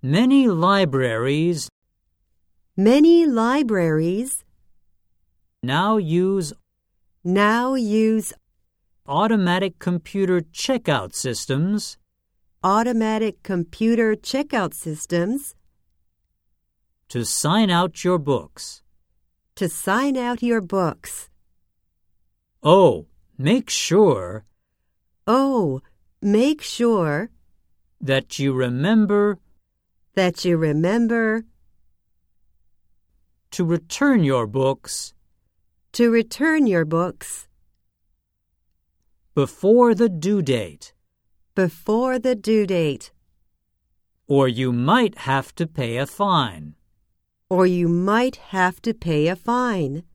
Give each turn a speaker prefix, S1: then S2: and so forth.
S1: Many libraries
S2: Many libraries
S1: now use
S2: now use
S1: automatic computer checkout systems.
S2: automatic computer checkout systems
S1: to sign out your books.
S2: to sign out your books.
S1: Oh, make sure
S2: Oh, make sure
S1: that you remember
S2: that you remember
S1: to return your books
S2: to return your books
S1: before the due date,
S2: before the due date,
S1: or you might have to pay a fine.
S2: or you might have to pay a fine.